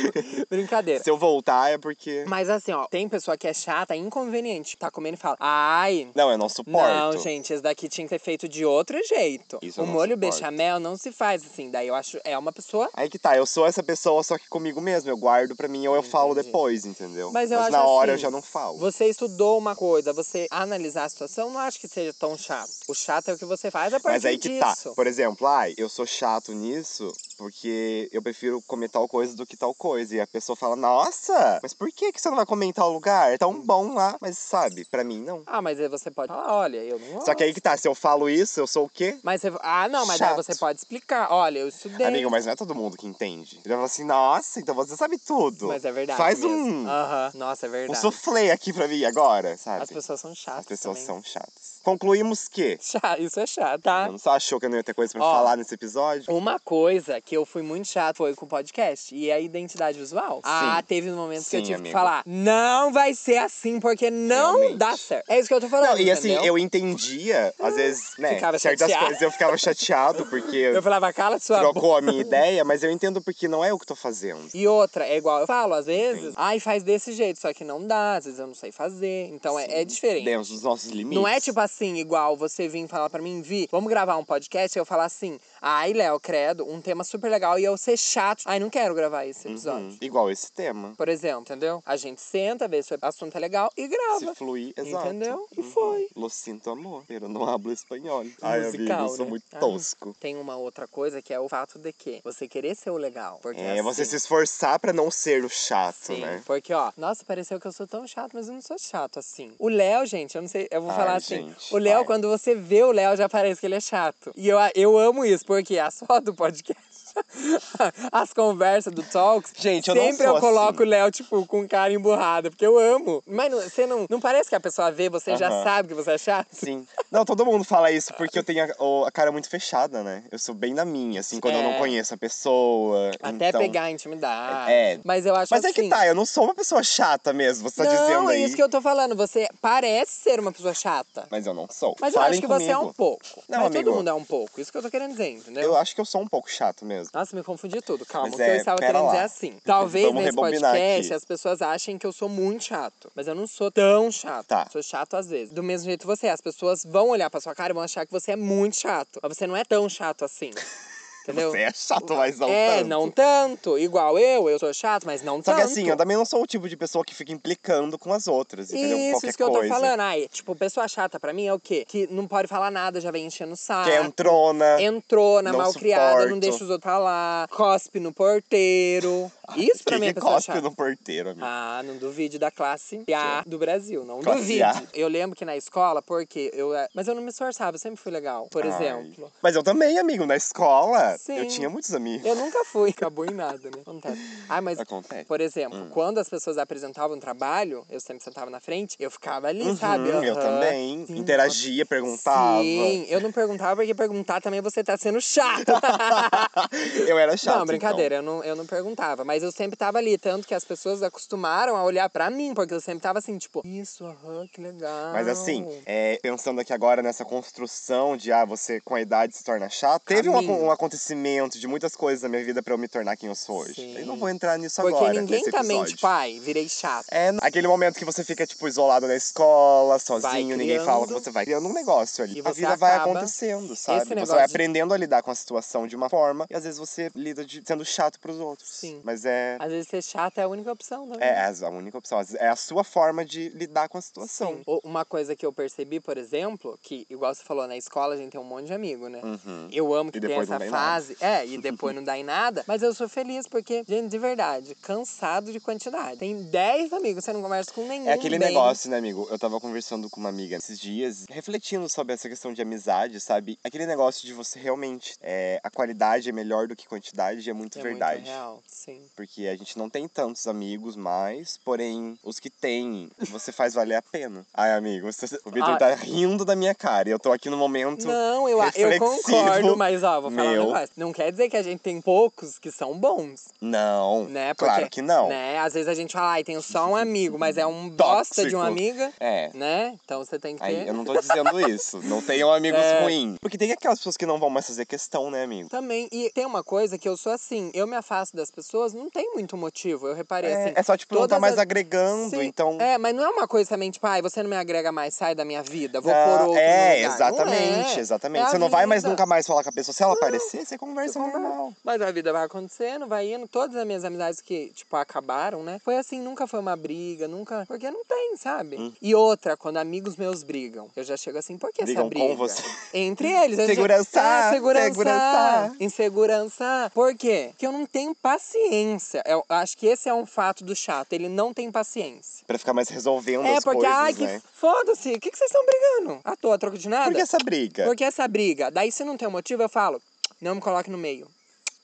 Speaker 1: Brincadeira.
Speaker 2: Se eu voltar é porque.
Speaker 1: Mas assim, ó, tem pessoa que é chata, é inconveniente. Tá comendo e fala, ai.
Speaker 2: Não, eu não suporto.
Speaker 1: Não, gente, esse daqui tinha que ser feito de outro jeito.
Speaker 2: Isso eu
Speaker 1: o
Speaker 2: não
Speaker 1: molho
Speaker 2: suporto.
Speaker 1: bechamel não se faz assim. Daí eu acho, é uma pessoa
Speaker 2: Aí que tá, eu sou essa pessoa, só que comigo mesmo. Eu guardo pra mim ou eu falo
Speaker 1: Entendi.
Speaker 2: depois, entendeu?
Speaker 1: Mas eu acho
Speaker 2: na hora eu
Speaker 1: assim,
Speaker 2: já não falo.
Speaker 1: Você estudou uma coisa, você analisar a situação, não acho que seja tão chato. O chato é o que você faz a partir
Speaker 2: Mas aí que tá.
Speaker 1: disso.
Speaker 2: Por exemplo, ai, eu sou chato nisso porque eu prefiro comer tal coisa do que tal coisa. E a pessoa fala, nossa, mas por que, que você não vai comer em tal lugar? É
Speaker 1: Hum.
Speaker 2: tão bom lá. Mas sabe, pra mim não.
Speaker 1: Ah, mas aí você pode falar, olha, eu não
Speaker 2: Só que aí que tá, se eu falo isso, eu sou o quê?
Speaker 1: Mas você... Ah, não, mas aí
Speaker 2: Chato.
Speaker 1: você pode explicar. Olha, eu estudei.
Speaker 2: Amigo, mas não é todo mundo que entende. Ele fala assim, nossa, então você sabe tudo.
Speaker 1: Mas é verdade
Speaker 2: Faz
Speaker 1: mesmo.
Speaker 2: um,
Speaker 1: Aham. Nossa, é
Speaker 2: um
Speaker 1: verdade.
Speaker 2: soufflé aqui pra mim agora, sabe?
Speaker 1: As pessoas são chatas
Speaker 2: As pessoas
Speaker 1: também.
Speaker 2: são chatas. Concluímos que.
Speaker 1: Chá, isso é chato, tá?
Speaker 2: Não só achou que eu não ia ter coisa pra
Speaker 1: Ó.
Speaker 2: falar nesse episódio?
Speaker 1: Uma coisa que eu fui muito chato foi com o podcast e a identidade visual. Ah, teve momentos que eu
Speaker 2: Sim,
Speaker 1: tive que
Speaker 2: amigo.
Speaker 1: falar, não vai ser assim, porque não
Speaker 2: Realmente.
Speaker 1: dá certo. É isso que eu tô falando.
Speaker 2: Não, e assim,
Speaker 1: entendeu?
Speaker 2: eu entendia, às vezes, né?
Speaker 1: Ficava
Speaker 2: certas
Speaker 1: chateado.
Speaker 2: coisas eu ficava chateado porque
Speaker 1: Eu falava, cala sua boca.
Speaker 2: trocou a minha ideia, mas eu entendo porque não é eu que tô fazendo.
Speaker 1: E outra, é igual eu falo, às vezes,
Speaker 2: Entendi.
Speaker 1: ai, faz desse jeito, só que não dá, às vezes eu não sei fazer. Então é, é diferente.
Speaker 2: Dentro dos né, nossos limites.
Speaker 1: Não é tipo assim, igual você vir falar pra mim, Vi, vamos gravar um podcast e eu falar assim, ai, Léo, credo, um tema super legal e eu ser chato. Ai, não quero gravar esse episódio.
Speaker 2: Uhum. Igual esse tema.
Speaker 1: Por exemplo, entendeu? A gente senta, vê se o assunto é legal e
Speaker 2: Se
Speaker 1: grava.
Speaker 2: fluir, exato. Uhum.
Speaker 1: Entendeu? E foi.
Speaker 2: Lo sinto amor, eu não hablo espanhol. Ai, amigo,
Speaker 1: Musical,
Speaker 2: eu sou
Speaker 1: né?
Speaker 2: muito
Speaker 1: Ah.
Speaker 2: tosco.
Speaker 1: Tem uma outra coisa que é o fato de que você querer ser o legal. Porque
Speaker 2: É, você
Speaker 1: assim,
Speaker 2: se esforçar pra não ser o chato,
Speaker 1: Sim,
Speaker 2: né?
Speaker 1: porque, ó, nossa, pareceu que eu sou tão chato, mas eu não sou chato assim. O Léo, gente, eu não sei, eu vou
Speaker 2: Ai,
Speaker 1: falar assim.
Speaker 2: gente,
Speaker 1: o Léo,
Speaker 2: vai.
Speaker 1: quando você vê o Léo, já parece que ele é chato. E eu, eu amo isso, porque a só do podcast. As conversas do Talks.
Speaker 2: Gente, eu não
Speaker 1: Sempre
Speaker 2: sou
Speaker 1: eu coloco
Speaker 2: assim.
Speaker 1: o Léo, tipo, com cara emburrada, porque eu amo. Mas não- você não, não parece que a pessoa vê, você já
Speaker 2: Aham.
Speaker 1: sabe que você é chato?
Speaker 2: Sim. Não, todo mundo fala isso
Speaker 1: Ah,
Speaker 2: porque eu tenho a, o- a cara muito fechada, né? Eu sou bem na minha, assim, quando eu não
Speaker 1: É.
Speaker 2: conheço a pessoa.
Speaker 1: Até
Speaker 2: então-
Speaker 1: pegar a intimidade.
Speaker 2: É.
Speaker 1: Mas eu acho
Speaker 2: Mas é
Speaker 1: assim.
Speaker 2: que tá, eu não sou uma pessoa chata mesmo, você tá
Speaker 1: não,
Speaker 2: dizendo
Speaker 1: é
Speaker 2: aí.
Speaker 1: isso que eu tô falando. Você parece ser uma pessoa chata.
Speaker 2: Mas eu não sou.
Speaker 1: Mas eu
Speaker 2: Falem
Speaker 1: acho que
Speaker 2: comigo.
Speaker 1: você é um pouco. né?
Speaker 2: Não,
Speaker 1: Mas
Speaker 2: amigo.
Speaker 1: todo mundo é um pouco. Isso que eu tô querendo dizer, entendeu?
Speaker 2: Eu acho que eu sou um pouco chato mesmo.
Speaker 1: Nossa, me confundi tudo. Calma,
Speaker 2: Mas
Speaker 1: o que eu
Speaker 2: é,
Speaker 1: estava
Speaker 2: pera
Speaker 1: querendo
Speaker 2: lá.
Speaker 1: dizer é assim. Talvez
Speaker 2: Vamos
Speaker 1: nesse
Speaker 2: rebobinar
Speaker 1: podcast
Speaker 2: aqui.
Speaker 1: as pessoas achem que eu sou muito chato. Mas eu não sou tão chato.
Speaker 2: Tá.
Speaker 1: Sou chato às vezes. Do mesmo jeito que você. As pessoas vão olhar pra sua cara e vão achar que você é muito chato. Mas você não é tão chato assim. Entendeu?
Speaker 2: Você é chato, mas não
Speaker 1: é,
Speaker 2: tanto.
Speaker 1: não tanto. Igual eu, eu sou chato, mas não
Speaker 2: Só
Speaker 1: tanto.
Speaker 2: que assim, eu também não sou o tipo de pessoa que fica implicando com as outras, entendeu? Com
Speaker 1: Isso,
Speaker 2: Qualquer
Speaker 1: isso que eu tô
Speaker 2: um é coisa.
Speaker 1: falando. Ai, tipo, pessoa chata pra mim é o quê? Que não pode falar nada, já vem enchendo o saco.
Speaker 2: Que é entrona.
Speaker 1: entrou na
Speaker 2: Não
Speaker 1: malcriada, não
Speaker 2: suporto.
Speaker 1: deixa os outros falar, cospe no porteiro. Isso pra
Speaker 2: Quem
Speaker 1: mim é
Speaker 2: que
Speaker 1: pessoa
Speaker 2: cospe
Speaker 1: chata.
Speaker 2: no porteiro, amigo?
Speaker 1: Ah, não duvide da classe A do Brasil, não
Speaker 2: Classe
Speaker 1: duvide.
Speaker 2: A.
Speaker 1: Eu lembro que na escola, porque eu, é- mas eu não me esforçava, eu sempre fui legal, por
Speaker 2: Ai.
Speaker 1: exemplo.
Speaker 2: Mas eu também, amigo, na escola.
Speaker 1: Sim.
Speaker 2: Eu tinha muitos amigos.
Speaker 1: Eu nunca fui, acabou em nada, né? Acontece. Ah, mas
Speaker 2: Acontece. Hum.
Speaker 1: por exemplo, quando as pessoas apresentavam um trabalho, eu sempre sentava na frente, eu ficava ali, sabe?
Speaker 2: Uhum, eu
Speaker 1: Aham.
Speaker 2: também.
Speaker 1: Sim,
Speaker 2: Interagia, perguntava.
Speaker 1: Sim, eu não perguntava porque perguntar também você tá sendo chato.
Speaker 2: Eu era chato. então.
Speaker 1: Não, brincadeira, eu, não, eu não perguntava. Mas eu sempre tava ali, tanto que as pessoas acostumaram a olhar pra mim, porque eu sempre tava assim, tipo, isso, aham, que legal.
Speaker 2: Mas assim, é, pensando aqui agora nessa construção de ah, você com a idade se torna chato, teve um,
Speaker 1: Caminho.
Speaker 2: acon- um acontecimento de muitas coisas na minha vida pra eu me tornar quem eu sou hoje.
Speaker 1: Sim.
Speaker 2: Eu não vou entrar nisso
Speaker 1: Porque
Speaker 2: agora.
Speaker 1: ninguém
Speaker 2: nesse
Speaker 1: também,
Speaker 2: episódio.
Speaker 1: tipo, ai, virei chato.
Speaker 2: É n- aquele momento que você fica, tipo, isolado na escola, sozinho, ninguém
Speaker 1: criando.
Speaker 2: fala que você vai criando um negócio ali.
Speaker 1: E
Speaker 2: a
Speaker 1: você
Speaker 2: vida vai
Speaker 1: acaba-
Speaker 2: acontecendo, sabe? Você
Speaker 1: negócio
Speaker 2: vai
Speaker 1: de-
Speaker 2: aprendendo a lidar com a situação de uma forma e às vezes você lida de... sendo chato pros outros.
Speaker 1: Sim.
Speaker 2: Mas é.
Speaker 1: Às vezes ser chato é a única opção, né?
Speaker 2: É as- a única opção. Às vezes É a sua forma de lidar com a
Speaker 1: Sim.
Speaker 2: situação.
Speaker 1: Tipo assim, O- Uma coisa que eu percebi, por exemplo, que igual você falou, na escola a gente tem um monte de amigo, né?
Speaker 2: Uhum.
Speaker 1: Eu amo que
Speaker 2: E
Speaker 1: tem
Speaker 2: depois
Speaker 1: essa
Speaker 2: não dá em nada.
Speaker 1: fase. É, e depois não dá em nada. Mas eu sou feliz porque, gente, de verdade, cansado de quantidade. Tem 10 amigos, você não conversa com nenhum.
Speaker 2: É aquele
Speaker 1: bem.
Speaker 2: negócio, né, amigo? Eu tava conversando com uma amiga esses dias, refletindo sobre essa questão de amizade, sabe? Aquele negócio de você realmente. É, a qualidade é melhor do que quantidade, é muito
Speaker 1: É
Speaker 2: verdade.
Speaker 1: muito real, sim.
Speaker 2: Porque a gente não tem tantos amigos mais, porém, os que tem, você faz valer a pena. Ai, amigo, você- o Victor
Speaker 1: Ah.
Speaker 2: tá rindo da minha cara e eu tô aqui no momento.
Speaker 1: Não, eu, a- eu
Speaker 2: reflexivo,
Speaker 1: concordo, mas ó, vou falar
Speaker 2: meu.
Speaker 1: um negócio. Não quer dizer que a gente tem poucos que são bons,
Speaker 2: Não,
Speaker 1: né? Porque,
Speaker 2: claro que não.
Speaker 1: Né? Às vezes a gente fala, ai, tem só um amigo, mas é um bosta de
Speaker 2: Tóxico.
Speaker 1: uma amiga,
Speaker 2: É.
Speaker 1: né? Então você tem que ter.
Speaker 2: Aí, eu não tô dizendo isso. Não tenham amigos
Speaker 1: É.
Speaker 2: ruins. Porque tem aquelas pessoas que não vão mais fazer questão, né, amigo?
Speaker 1: Também, e tem uma coisa que eu sou assim, eu me afasto das pessoas, não tem muito motivo, eu reparei
Speaker 2: É,
Speaker 1: assim.
Speaker 2: é só, tipo, não tá
Speaker 1: todas
Speaker 2: mais
Speaker 1: as-
Speaker 2: agregando,
Speaker 1: Sim,
Speaker 2: então.
Speaker 1: É, mas não é uma coisa também, tipo, ai, você não me agrega mais, sai da minha vida, vou
Speaker 2: Ah,
Speaker 1: por outro. lugar.
Speaker 2: é,
Speaker 1: Não
Speaker 2: exatamente,
Speaker 1: é.
Speaker 2: exatamente.
Speaker 1: É a
Speaker 2: você não vai mais
Speaker 1: vida.
Speaker 2: nunca mais falar com a pessoa. Se ela aparecer, você conversa
Speaker 1: Você conversa.
Speaker 2: normal.
Speaker 1: Mas a vida vai acontecendo, vai indo. Todas as minhas amizades que, tipo, acabaram, né? Foi assim, nunca foi uma briga, nunca. Porque não tem, sabe?
Speaker 2: Hum.
Speaker 1: E outra, quando amigos meus brigam, eu já chego assim, por que
Speaker 2: Brigam
Speaker 1: essa briga?
Speaker 2: com você.
Speaker 1: Entre eles. eu já-
Speaker 2: Segurança,
Speaker 1: Ah, segurança!
Speaker 2: segurança.
Speaker 1: Insegurança. Por quê? Porque eu não tenho paciência. Eu acho que esse é um fato do chato. Ele não tem paciência.
Speaker 2: Pra ficar mais resolvendo
Speaker 1: é,
Speaker 2: as
Speaker 1: porque,
Speaker 2: coisas,
Speaker 1: ai, que
Speaker 2: né?
Speaker 1: foda-se. O que, que vocês estão brigando? À toa, troco de nada?
Speaker 2: Por que essa briga?
Speaker 1: Porque essa briga, daí se não tem um motivo, eu falo, não me coloque no meio.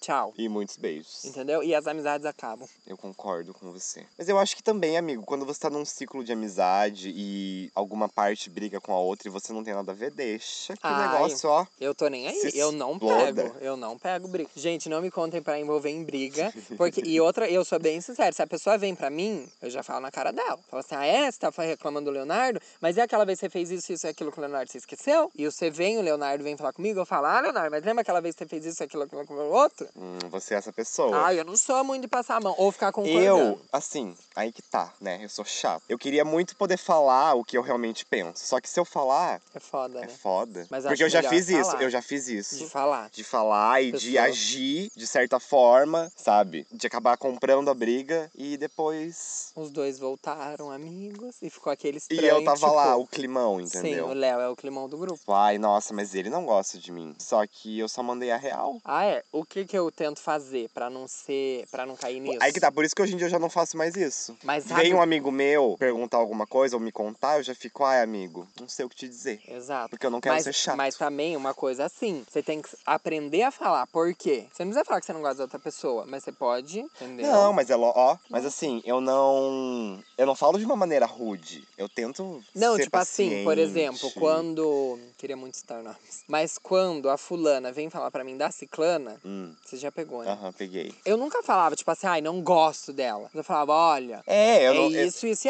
Speaker 1: Tchau.
Speaker 2: E muitos beijos.
Speaker 1: Entendeu? E as amizades acabam.
Speaker 2: Eu concordo com você. Mas eu acho que também, amigo, quando você tá num ciclo de amizade e alguma parte briga com a outra e você não tem nada a ver, deixa que o
Speaker 1: Ai.
Speaker 2: negócio, ó.
Speaker 1: Eu tô nem aí.
Speaker 2: Se
Speaker 1: eu não
Speaker 2: exploda.
Speaker 1: pego. Eu não pego briga. Gente, não me contem pra envolver em briga. Porque, e outra, eu sou bem sincero. Se a pessoa vem pra mim, eu já falo na cara dela. Fala assim, ah, é? Você tá reclamando do Leonardo? Mas e aquela vez que você fez isso, isso e aquilo com o Leonardo? Você esqueceu? E você vem, o Leonardo vem falar comigo, eu falo, ah, Leonardo, mas lembra aquela vez que você fez isso, aquilo, aquilo com o outro?
Speaker 2: Hum, você é essa pessoa.
Speaker 1: Ai, eu não sou muito de passar a mão. Ou ficar concordando.
Speaker 2: Eu, assim, aí que tá, né? Eu sou chato. Eu queria muito poder falar o que eu realmente penso. Só que se eu falar,
Speaker 1: É foda,
Speaker 2: é
Speaker 1: né?
Speaker 2: foda.
Speaker 1: Mas
Speaker 2: Porque
Speaker 1: acho
Speaker 2: eu já
Speaker 1: melhor
Speaker 2: fiz isso,
Speaker 1: falar.
Speaker 2: eu já fiz isso.
Speaker 1: De falar.
Speaker 2: de falar e de
Speaker 1: Pessoa.
Speaker 2: agir de certa forma, sabe? De acabar comprando a briga e depois.
Speaker 1: Os dois voltaram amigos e ficou aquele
Speaker 2: E
Speaker 1: estranho.
Speaker 2: eu tava
Speaker 1: tipo,
Speaker 2: lá, o climão,
Speaker 1: Sim,
Speaker 2: entendeu?
Speaker 1: o Léo é o climão do grupo.
Speaker 2: Ai, nossa, mas ele não gosta de mim. Só que eu só mandei a real.
Speaker 1: Ah, é? O que que eu tento fazer pra não ser, pra não cair nisso?
Speaker 2: Aí que tá, por isso que hoje em dia eu já não faço mais isso.
Speaker 1: Mas sabe...
Speaker 2: Vem um amigo meu perguntar alguma coisa ou me contar, eu já fico, ai, amigo, não sei o que te dizer.
Speaker 1: Exato.
Speaker 2: Porque eu não quero
Speaker 1: Mas,
Speaker 2: ser chato.
Speaker 1: mas também uma coisa assim, você tem que aprender a falar. Por quê? Você não precisa falar que você não gosta da outra pessoa, mas você pode, entendeu?
Speaker 2: Não, mas é lo- ó,
Speaker 1: Uhum.
Speaker 2: mas assim, eu não. Eu não falo de uma maneira rude. Eu tento.
Speaker 1: Não,
Speaker 2: ser
Speaker 1: tipo assim, por exemplo,
Speaker 2: paciente.
Speaker 1: quando. Queria muito citar nomes. Mas quando a fulana vem falar pra mim da ciclana,
Speaker 2: Hum,
Speaker 1: você já pegou, né?
Speaker 2: aham, peguei.
Speaker 1: Eu nunca falava, tipo assim, ai, não gosto dela. Mas eu falava, olha,
Speaker 2: É,
Speaker 1: é
Speaker 2: eu não. eu-
Speaker 1: isso, isso e
Speaker 2: Sim.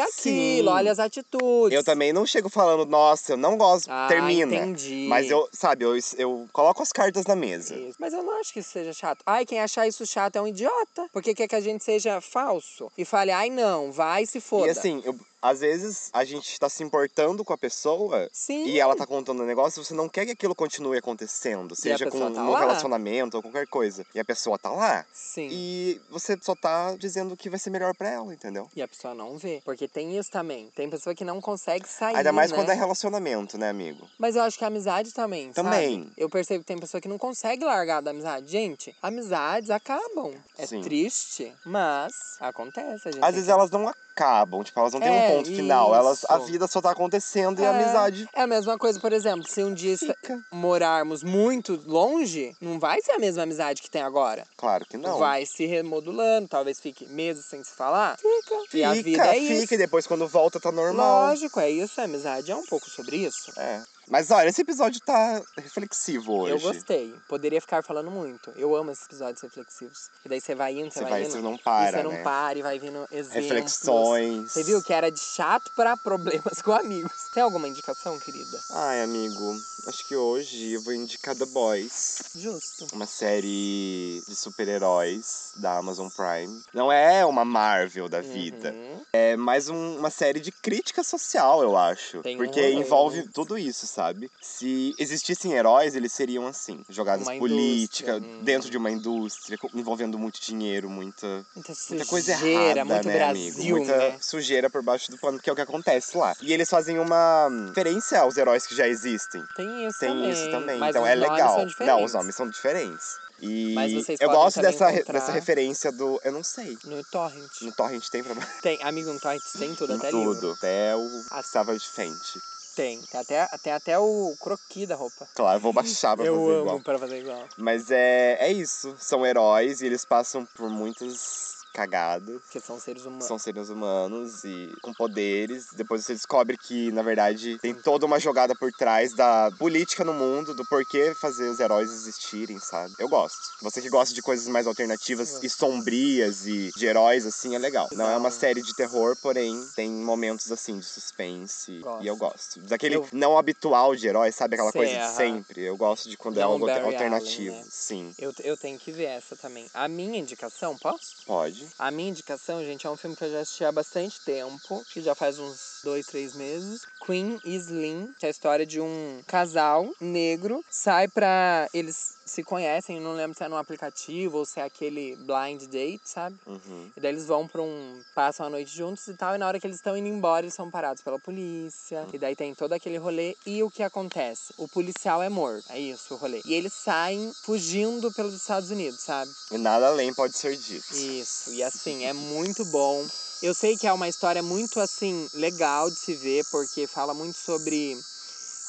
Speaker 1: aquilo, olha as atitudes.
Speaker 2: Eu também não chego falando, nossa, eu não gosto,
Speaker 1: Ah,
Speaker 2: termina.
Speaker 1: entendi.
Speaker 2: Mas eu, sabe, eu, eu coloco as cartas na mesa.
Speaker 1: Isso. Mas eu não acho que isso seja chato. Ai, quem achar isso chato é um idiota. Porque quer que a gente seja falso e fale, ai, não, vai se foda.
Speaker 2: E assim, eu- às vezes a gente tá se importando com a pessoa
Speaker 1: Sim.
Speaker 2: e ela tá contando um negócio e você não quer que aquilo continue acontecendo, seja com
Speaker 1: pessoa tá
Speaker 2: um
Speaker 1: lá.
Speaker 2: relacionamento ou qualquer coisa. E a pessoa tá lá
Speaker 1: Sim. E...
Speaker 2: e você só tá dizendo que vai ser melhor pra ela, entendeu?
Speaker 1: a pessoa não vê. Porque tem isso também. Tem pessoa que não consegue sair.
Speaker 2: Ainda mais
Speaker 1: né?
Speaker 2: quando é relacionamento, né, amigo?
Speaker 1: Mas eu acho que a amizade também. sabe?
Speaker 2: Também.
Speaker 1: Eu percebo que tem pessoa que não consegue largar da amizade. Gente, amizades acabam. É
Speaker 2: Sim.
Speaker 1: triste, mas acontece. A gente
Speaker 2: Às
Speaker 1: tem
Speaker 2: vezes
Speaker 1: que-
Speaker 2: elas não acabam, tipo, elas não têm
Speaker 1: É,
Speaker 2: um ponto final. Elas, a
Speaker 1: isso.
Speaker 2: vida só tá acontecendo e a
Speaker 1: É.
Speaker 2: amizade
Speaker 1: É a mesma coisa, por exemplo, se um dia esta-
Speaker 2: fica.
Speaker 1: morarmos muito longe, não vai ser a mesma amizade que tem agora.
Speaker 2: Claro que não.
Speaker 1: Vai se remodulando, talvez fique meses sem se falar. Fica. E a vida
Speaker 2: Fica,
Speaker 1: é isso.
Speaker 2: fica, e depois quando volta tá normal.
Speaker 1: Lógico, é isso. A amizade é um pouco É sobre isso.
Speaker 2: É. Mas olha, esse episódio tá reflexivo hoje.
Speaker 1: Eu gostei. Poderia ficar falando muito. Eu amo esses episódios reflexivos. E daí você vai indo, você
Speaker 2: Você
Speaker 1: vai,
Speaker 2: vai,
Speaker 1: indo.
Speaker 2: você não para,
Speaker 1: e você não
Speaker 2: né?
Speaker 1: para e vai vindo exemplos.
Speaker 2: Reflexões.
Speaker 1: um Você viu que era de chato pra problemas com amigos. Tem alguma indicação, querida?
Speaker 2: Ai, amigo, acho que hoje eu vou indicar The Boys.
Speaker 1: Justo.
Speaker 2: Uma série de super-heróis da Amazon Prime. Não é uma Marvel da vida.
Speaker 1: Uhum.
Speaker 2: É mais um- uma série de crítica social, eu acho.
Speaker 1: Tem um
Speaker 2: porque
Speaker 1: rolê,
Speaker 2: envolve
Speaker 1: né?
Speaker 2: tudo isso, sabe? Se existissem heróis, eles seriam assim. Jogadas
Speaker 1: Uma
Speaker 2: políticas,
Speaker 1: indústria, hum.
Speaker 2: dentro de uma indústria, co- envolvendo muito dinheiro, muita,
Speaker 1: Muita sujeira,
Speaker 2: muita coisa errada,
Speaker 1: muito
Speaker 2: né,
Speaker 1: Brasil,
Speaker 2: amigo? Muita
Speaker 1: né?
Speaker 2: sujeira por baixo do pano, que é o que acontece lá. E eles fazem uma hum, referência aos heróis que já existem.
Speaker 1: Tem isso
Speaker 2: Tem
Speaker 1: também.
Speaker 2: isso também.
Speaker 1: Mas
Speaker 2: então
Speaker 1: os
Speaker 2: é
Speaker 1: nomes
Speaker 2: legal.
Speaker 1: são diferentes.
Speaker 2: não, os nomes são diferentes. E
Speaker 1: Mas vocês
Speaker 2: eu
Speaker 1: podem
Speaker 2: gosto
Speaker 1: também
Speaker 2: dessa, re-
Speaker 1: encontrar-
Speaker 2: dessa referência do. Eu não sei.
Speaker 1: No Torrent.
Speaker 2: No Torrent tem pra
Speaker 1: Tem, amigo, no Torrent tem tudo, até
Speaker 2: tudo.
Speaker 1: livro.
Speaker 2: Até o
Speaker 1: Ah.
Speaker 2: estava de frente.
Speaker 1: Tem. Tem até, tem até o croqui da roupa.
Speaker 2: Claro, vou baixar pra
Speaker 1: Eu
Speaker 2: fazer
Speaker 1: amo
Speaker 2: igual.
Speaker 1: pra fazer igual.
Speaker 2: Mas é, é isso. São heróis e eles passam por muitas cagadas.
Speaker 1: Porque são seres humanos.
Speaker 2: São seres humanos e com poderes. Depois você descobre que, na verdade, tem toda uma jogada por trás da política no mundo, do porquê fazer os heróis existirem, sabe? Eu gosto. Você que gosta de coisas mais alternativas e sombrias e de heróis, assim, é legal. Não é uma série de terror, porém, tem momentos, assim, de suspense. E eu gosto. Daquele
Speaker 1: Eu-
Speaker 2: não habitual de herói, sabe? Aquela coisa de
Speaker 1: Serra.
Speaker 2: sempre. Eu gosto de quando é
Speaker 1: Não
Speaker 2: algo
Speaker 1: Barry
Speaker 2: alternativo.
Speaker 1: Allen, né?
Speaker 2: Sim,
Speaker 1: Eu, eu tenho que ver essa também. A minha indicação, posso?
Speaker 2: pode.
Speaker 1: A minha indicação, gente, é um filme que eu já assisti há bastante tempo, que já faz uns dois, três meses. Queen e Slim, que é a história de um casal negro, sai pra. Eles se conhecem, não lembro se é num aplicativo ou se é aquele blind date, sabe?
Speaker 2: Uhum.
Speaker 1: E daí eles vão pra um. passam a noite juntos e tal. E na hora que eles estão indo embora, eles são parados pela polícia. E daí tem todo aquele rolê. E o que acontece? O policial é morto. É isso o rolê. E eles saem fugindo pelos Estados Unidos, sabe?
Speaker 2: E nada além pode ser dito.
Speaker 1: Isso, e assim, é muito bom. Eu sei que é uma história muito, assim, legal de se ver, porque fala muito sobre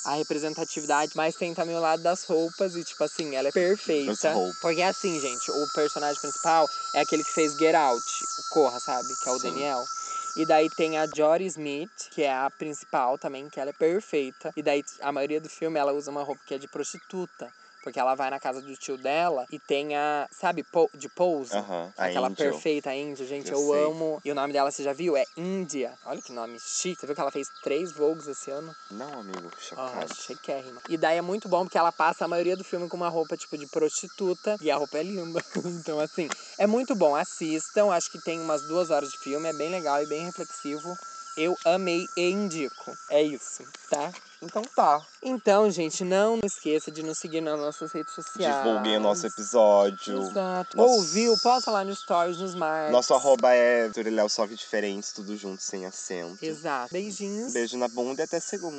Speaker 1: a representatividade, mas tem também o lado das roupas, e tipo assim, ela é perfeita.
Speaker 2: Das roupas.
Speaker 1: Porque assim, gente, o personagem principal é aquele que fez Get Out, o Corra, sabe? Que é o
Speaker 2: Sim.
Speaker 1: Daniel. E daí tem a Jory Smith, que é a principal também, que ela é perfeita. E daí a maioria do filme ela usa uma roupa que é de prostituta. Porque ela vai na casa do tio dela e tem a, sabe, po- de pose.
Speaker 2: Aham. a
Speaker 1: Aquela
Speaker 2: Angel.
Speaker 1: perfeita Índia, gente,
Speaker 2: Eu
Speaker 1: eu,
Speaker 2: sei.
Speaker 1: amo. E o nome dela, você já viu? É Índia. Olha que nome chique. Você viu que ela fez três Vogues esse ano?
Speaker 2: Não, amigo,
Speaker 1: Ah,
Speaker 2: chocado.
Speaker 1: chiquérrima. E daí é muito bom porque ela passa a maioria do filme com uma roupa tipo de prostituta e a roupa é linda. Então, assim, é muito bom. Assistam, acho que tem umas duas horas de filme, é bem legal e bem reflexivo. Eu amei e indico. É isso, tá? Então tá. Então, gente, não esqueça de nos seguir nas nossas redes sociais.
Speaker 2: Divulguem o nosso episódio.
Speaker 1: Exato.
Speaker 2: Nosso-
Speaker 1: Ouviu? Posta lá nos stories, nos marques.
Speaker 2: Nosso arroba é Turiléu, só que diferente, tudo junto, sem acento.
Speaker 1: Exato. Beijinhos.
Speaker 2: Beijo na bunda e até segunda.